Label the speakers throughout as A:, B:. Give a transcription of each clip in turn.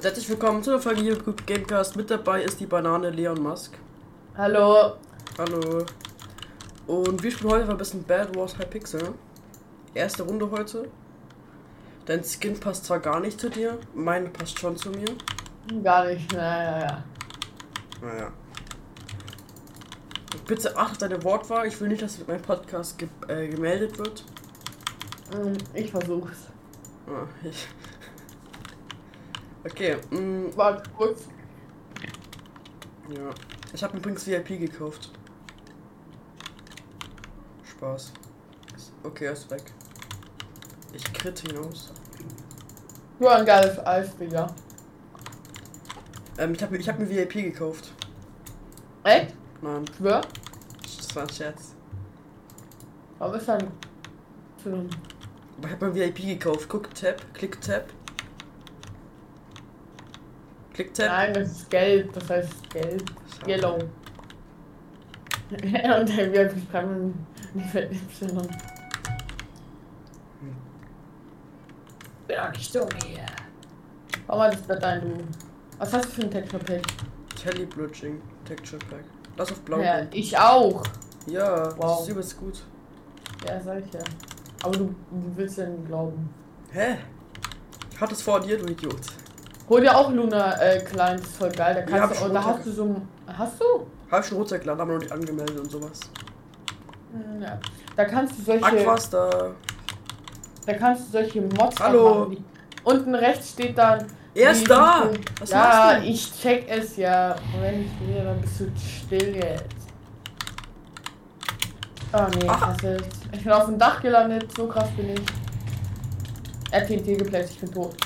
A: Herzlich willkommen zu der Folge hier Group Gamecast. Mit dabei ist die Banane Leon Musk.
B: Hallo.
A: Hallo. Und wir spielen heute mal ein bisschen Bad Wars Hypixel. Erste Runde heute. Dein Skin passt zwar gar nicht zu dir, mein passt schon zu mir.
B: Gar nicht. Naja, ja.
A: Naja. Bitte achte deine Wortwahl. Ich will nicht, dass mein Podcast ge äh, gemeldet wird.
B: Ähm, Ich versuch's.
A: Ah, ich. Okay, mm,
B: Warte kurz.
A: Ja. Ich habe übrigens VIP gekauft. Spaß. Ist- Okay, er ist weg. Ich krit hinaus.
B: Du ein geiles Eis, Digga.
A: Ähm, ich habe ich hab mir VIP gekauft.
B: Echt?
A: Nein,
B: Schwör?
A: das war ein Scherz.
B: Warum ist dann. Film?
A: Aber ich habe mir VIP gekauft. Guck, Tab, klick Tab. Klick Tab.
B: Nein, das ist gelb. Das heißt gelb.
A: Schade.
B: Yellow. Und der wirklich kann nicht Y.
A: Hm.
B: Bin auch nicht dumm hier. Warum hat das Blatt ein, du? Was hast du für ein Textpapier?
A: Telly Bridging Texture Pack. Lass auf blau
B: Ja,
A: gehen.
B: ich auch.
A: Ja, das
B: Wow.
A: ist übelst gut.
B: Ja, sag ich ja. Aber du, du willst ja nicht glauben.
A: Hä? Ich hatte es vor dir, du Idiot.
B: Hol dir auch Luna äh, Klein, das ist voll geil. Da
A: Ja, hab
B: kannst
A: ich
B: du, und da
A: runter-
B: hast du so ein- Hast du?
A: Hab ich schon runtergeladen, aber noch nicht angemeldet und sowas.
B: Hm, Ja. Da kannst du solche.
A: Aquastar.
B: Da kannst du solche Mods
A: Hallo.
B: anmachen, die- Unten rechts steht dann.
A: Er ist
B: die-
A: da! Was
B: ja,
A: machst du?
B: ich check es ja. Und wenn ich will, dann bist du still jetzt. Oh nee, ich
A: Ah.
B: hasse es. Ich bin auf dem Dach gelandet, so krass bin ich. RTT geplätzt, ich bin tot.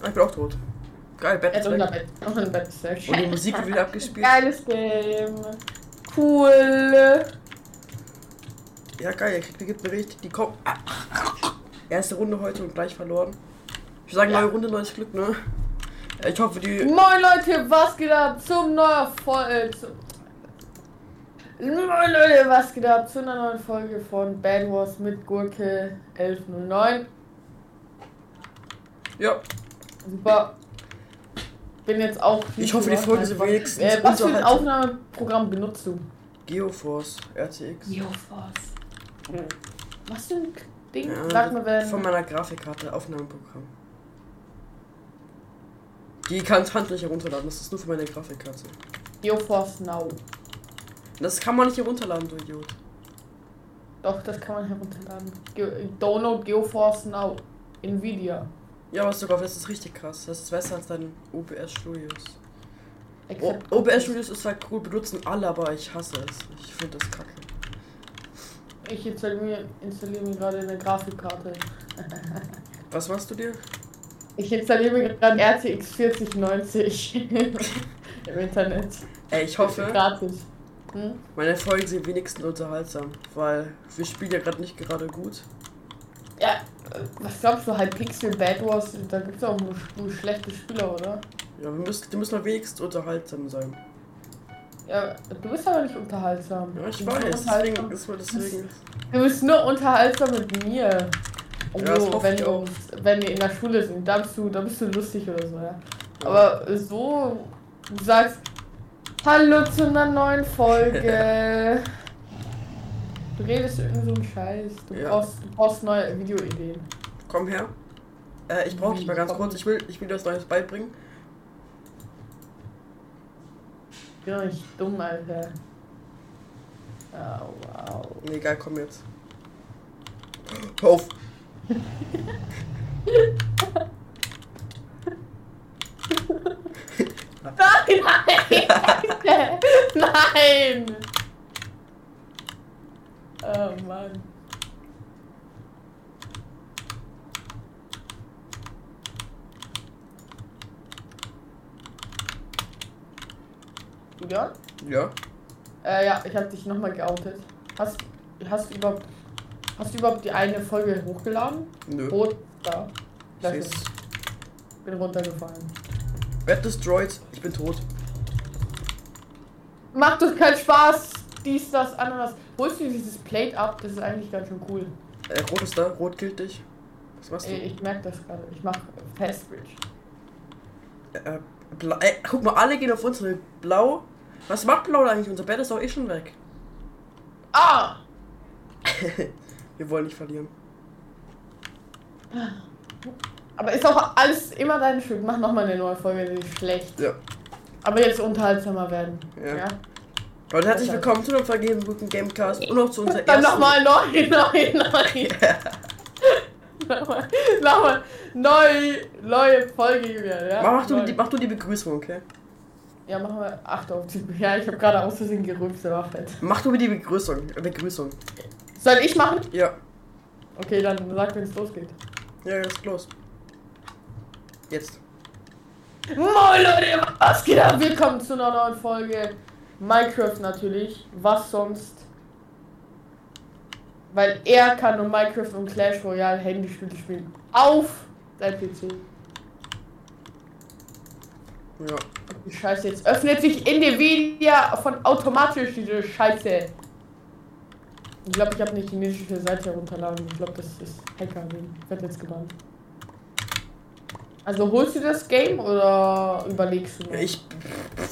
A: Ah, ich bin auch tot. Geil, Bett
B: Jetzt
A: ist
B: unter
A: weg.
B: Bett. Unter Bett ist der
A: Und die Musik wird wieder abgespielt.
B: Geiles Game. Cool.
A: Ja, geil, er kriegt, er gibt mir richtig die Kopf. Ah. Erste Runde heute und gleich verloren. Ich würde sagen,
B: Ja.
A: neue Runde, neues Glück, ne? Ja, Ich hoffe, die.
B: Moin Leute, was geht ab zum neuen Folge. Moin Leute, was geht ab zu einer neuen Folge von Bad Wars mit Gurke 1109.
A: Ja,
B: Super. Bin jetzt auch. viel
A: Ich hoffe, die
B: zu
A: Folge ist
B: weit.
A: wenigstens
B: Äh, was für ein
A: unterhaltsam.
B: Aufnahmeprogramm benutzt du?
A: Geoforce, RTX.
B: Geoforce. Was für ein Ding?
A: Ja,
B: Sag mal, wenn.
A: Von meiner Grafikkarte, Aufnahmeprogramm. Die kannst du handlich herunterladen, das ist nur für meine Grafikkarte.
B: Geoforce Now.
A: Das kann man nicht herunterladen, du Idiot.
B: Doch, das kann man herunterladen. Ge Download Geoforce Now. Nvidia.
A: Ja, aber sogar, das ist richtig krass. Das ist besser als dein OBS Studios. O-
B: Except-
A: OBS Studios ist halt cool, benutzen alle, aber ich hasse es. Ich finde das kacke.
B: Ich installiere mir, installiere mir gerade eine Grafikkarte.
A: Was machst du dir?
B: Ich installiere mir gerade RTX 4090 im Internet.
A: Ey, ich hoffe,
B: Gratis. Hm?
A: meine Folgen sind wenigstens unterhaltsam, weil wir spielen ja gerade nicht gerade gut.
B: Ja, äh, was glaubst du, Hypixel Bad Wars, da gibt es auch nur, sch- nur schlechte Spieler, oder?
A: Ja, wir müssen, die müssen ja wenigstens unterhaltsam sein.
B: Ja, du bist aber nicht unterhaltsam.
A: Ja, ich
B: du bist nur
A: weiß, deswegen
B: unterhaltsam.
A: ist mir deswegen.
B: Du bist nur unterhaltsam mit mir. Also,
A: das hoffe
B: wenn,
A: ich
B: wir
A: auch.
B: uns- wenn wir in der Schule sind, da bist du, da bist du lustig oder so, ja. Aber so, du sagst, hallo zu einer neuen Folge. du redest irgend so einen Scheiß. Du,
A: Ja.
B: brauchst, du brauchst neue Videoideen.
A: Komm her. Äh, ich brauche dich mal ganz kurz. Ich will, ich will dir was Neues beibringen.
B: Ich bin doch nicht dumm, Alter. Oh, wow.
A: Nee, egal, komm jetzt. Hör auf.
B: Nein! Nein! Oh Mann. Julian?
A: Ja.
B: Äh, ja, ich hab dich nochmal geoutet. Hast, hast, du überhaupt, hast du überhaupt die eine Folge hochgeladen?
A: Nö.
B: Rot da.
A: Ich
B: Gleich
A: seh's.
B: bin- bin runtergefallen.
A: Bad destroyed. Ich bin tot.
B: Macht doch keinen Spaß. Dies, das, anderes. Holst du dieses Plate ab? Das ist eigentlich ganz schön cool.
A: Äh, rot ist da. Rot killt dich. Was machst du?
B: Ey, Ich merke das gerade. Ich mache Fastbridge.
A: Äh, bla Ey, guck mal, alle gehen auf uns. ne? Blau. Was macht Blau eigentlich? Unser Bett ist doch eh schon weg.
B: Ah!
A: Wir wollen nicht verlieren.
B: Aber ist auch alles immer deine Schuld. Mach nochmal eine neue Folge, die ist schlecht.
A: Ja.
B: Aber jetzt unterhaltsamer werden.
A: Ja.
B: ja?
A: Leute, herzlich willkommen zu einem vergebenen guten Gamecast und auch zu unserer
B: Dann
A: ersten.
B: nochmal neu, neu, neu. Nochmal, nochmal, neu, neue Folge, Julian. Ja?
A: Mach, mach, du,
B: Neu.
A: die, mach du die Begrüßung, okay?
B: Ja, machen wir. Acht auf die. Ja, ich habe gerade aus Versehen gerülpst, aber fett.
A: Mach du mir die Begrüßung. Äh, Begrüßung.
B: Soll ich machen?
A: Ja.
B: Okay, dann sag, wenn es losgeht.
A: Ja, jetzt los. Jetzt.
B: Moin Leute, was geht ab? Willkommen zu einer neuen Folge Minecraft natürlich. Was sonst? Weil er kann nur Minecraft und Clash Royale Handyspiele spielen. Auf dein PC.
A: Ja.
B: Die Scheiße, jetzt öffnet sich in dem Video von automatisch diese Scheiße. Ich glaube, ich habe eine chinesische Seite herunterladen. Ich glaube, das ist Hacker. Ich werde jetzt gebannt. Also holst du das Game oder überlegst du? noch?
A: ja ich.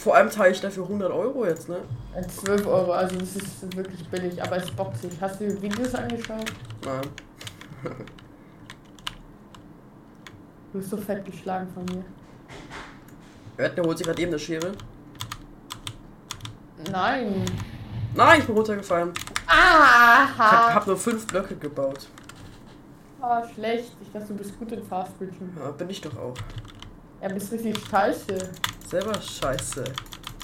A: Vor allem teile ich dafür 100 Euro jetzt, ne?
B: Äh, 12 Euro, also das ist wirklich billig, aber es bockt sich. Hast du die Videos angeschaut?
A: Nein.
B: Du bist so fett geschlagen von mir.
A: Hört, der holt sich gerade eben eine Schere.
B: Nein.
A: Nein, ich bin runtergefallen. Ich hab,
B: Aha.
A: hab nur fünf Blöcke gebaut.
B: Ah, schlecht. Ich dachte, du bist gut in Fastbridgen.
A: Ja, bin ich doch auch.
B: Ja, bist richtig scheiße.
A: Selber scheiße.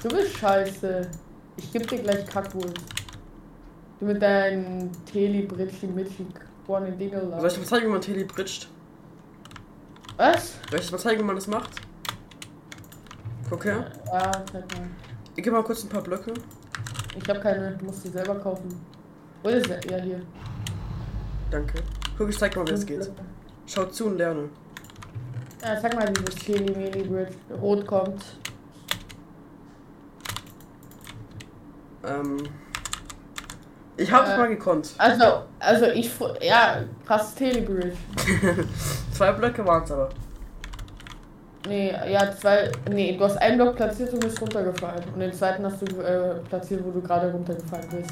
B: Du bist scheiße. Ich geb dir gleich Kackwurst. Du mit deinen Teli, Britschi, Mitschi, One Dingle.
A: Soll ich dir mal zeigen, wie man Tele bridgt?
B: Was?
A: Soll ich dir mal zeigen, wie man das macht? Guck her.
B: Ja, Ah, zeig mal.
A: Ich gebe mal kurz ein paar Blöcke.
B: Ich hab keine, muss die selber kaufen. Wo ist er? Ja, hier.
A: Danke. Guck, ich zeig mal, wie es geht. Schaut zu und lerne.
B: Ja, sag mal, dieses Chili Mini Bridge. Rot kommt.
A: Ähm. Ich hab's
B: Äh.
A: mal gekonnt.
B: Also, also ich. fu- Ja, krass Chili Bridge.
A: Zwei Blöcke waren's aber.
B: Nee, ja, zwei. Nee, du hast einen Block platziert und bist runtergefallen. Und den zweiten hast du äh, platziert, wo du gerade runtergefallen bist.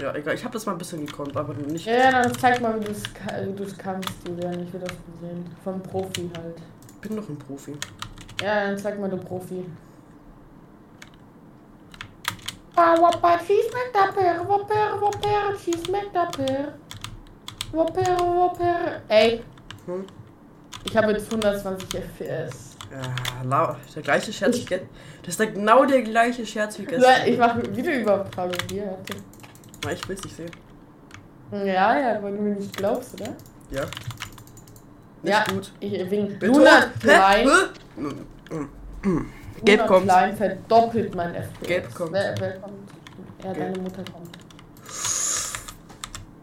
A: Ja, egal. Ich hab das mal ein bisschen gekonnt, aber nicht.
B: Ja, ja, dann zeig mal, wie du es ka- wie du es kannst, Julian. Ich will das sehen. Vom Profi halt.
A: Ich bin doch ein Profi.
B: Ja, dann zeig mal, du Profi. Ah, wopper, schieß mit Dapper, wopper, wopper, schieß mit Dapper. Wopper, wopper. Ey,
A: Hm?
B: ich habe jetzt 120 FPS.
A: Ja, lau- der gleiche Scherz wie gestern. Das ist der, genau der gleiche Scherz wie
B: Ja,
A: gestern.
B: Ich mache Videoübertragung hier. warte.
A: Na, ich will's nicht sehen.
B: Ja, ja, weil du mir nicht glaubst, oder?
A: Ja. Nicht
B: Ja.
A: gut.
B: Ich wegen
A: Bin
B: Luna
A: tot. Hä?
B: Klein,
A: Hä? Mm, mm, mm. Gelb
B: Luna
A: kommt.
B: Klein verdoppelt mein FPS.
A: Gelb kommt.
B: Wer, wer kommt? Ja,
A: Gelb.
B: deine Mutter kommt.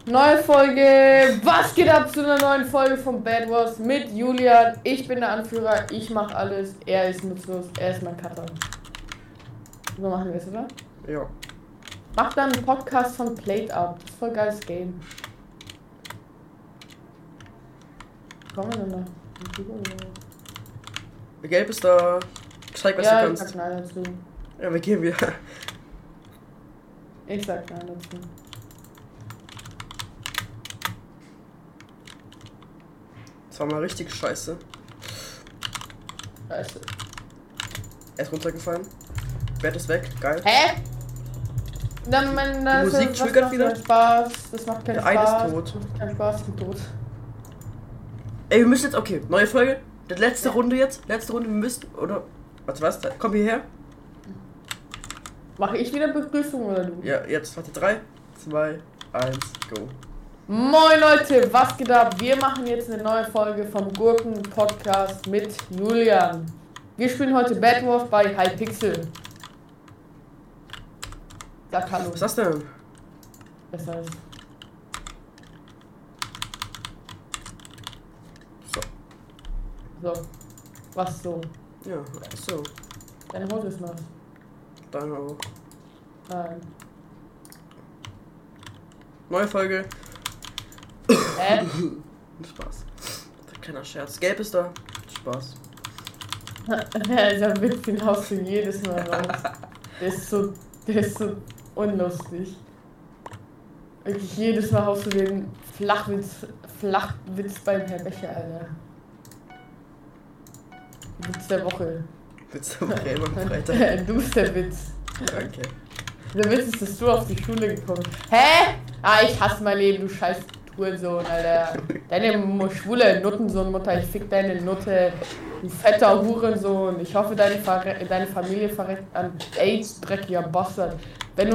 B: Neue Folge. Was geht ab zu einer neuen Folge von Bad Wars mit Julian? Ich bin der Anführer, ich mache alles. Er ist nutzlos, er ist mein Cutter. So machen wir es, oder?
A: Ja.
B: Mach dann einen Podcast von Plate Up. Das ist voll geiles Game. Kommen wir denn da?
A: Gelb ist da. Zeig, was
B: Ja,
A: du
B: ich
A: kannst.
B: sag nein dazu.
A: Ja, wir gehen wieder.
B: Ich sag nein dazu.
A: Das war mal richtig scheiße.
B: Scheiße.
A: Er ist runtergefallen. Bett ist weg. Geil.
B: Hä? Dann, wenn das
A: Musik
B: was
A: triggert
B: macht
A: wieder.
B: keinen Spaß. Das macht keinen
A: Der eine ist
B: Spaß.
A: tot.
B: Das macht keinen Spaß, ich bin tot.
A: Ey, wir müssen jetzt. Okay, neue Folge. Die letzte
B: Ja.
A: Runde jetzt. Letzte Runde, wir müssen. Oder. Warte, was? Komm hierher.
B: Mach ich wieder Begrüßung oder du?
A: Ja, jetzt. Warte, drei, zwei, eins, go.
B: Moin Leute, was geht ab? Wir machen jetzt eine neue Folge vom Gurken Podcast mit Julian. Wir spielen heute Bad Wolf bei Hypixel. Sag hallo.
A: Was ist das denn?
B: Besser ist.
A: So.
B: So. Was so?
A: Ja, so.
B: Deine Hose ist nass.
A: Deine auch.
B: Nein.
A: Neue Folge.
B: Äh?
A: Spaß. kleiner Scherz. Gelb ist da. Spaß.
B: Alter, Witz, den haust du jedes Mal raus. Der ist so, der ist so unlustig. Wirklich jedes Mal haust du den Flachwitz, Flachwitz beim Herr Becher, Alter. Witz der Woche.
A: Witz am Bremen am Freitag.
B: du bist der Witz.
A: Danke.
B: Der Witz ist, dass du auf die Schule gekommen bist. Hä? Ah, ich hasse mein Leben, du scheiß Hurensohn, Alter. Deine mu- schwule Nuttensohnmutter, ich fick deine Nutte. Du fetter Hurensohn. Ich hoffe, deine, Verre deine Familie verreckt an AIDS, dreckiger Bastard. Wenn du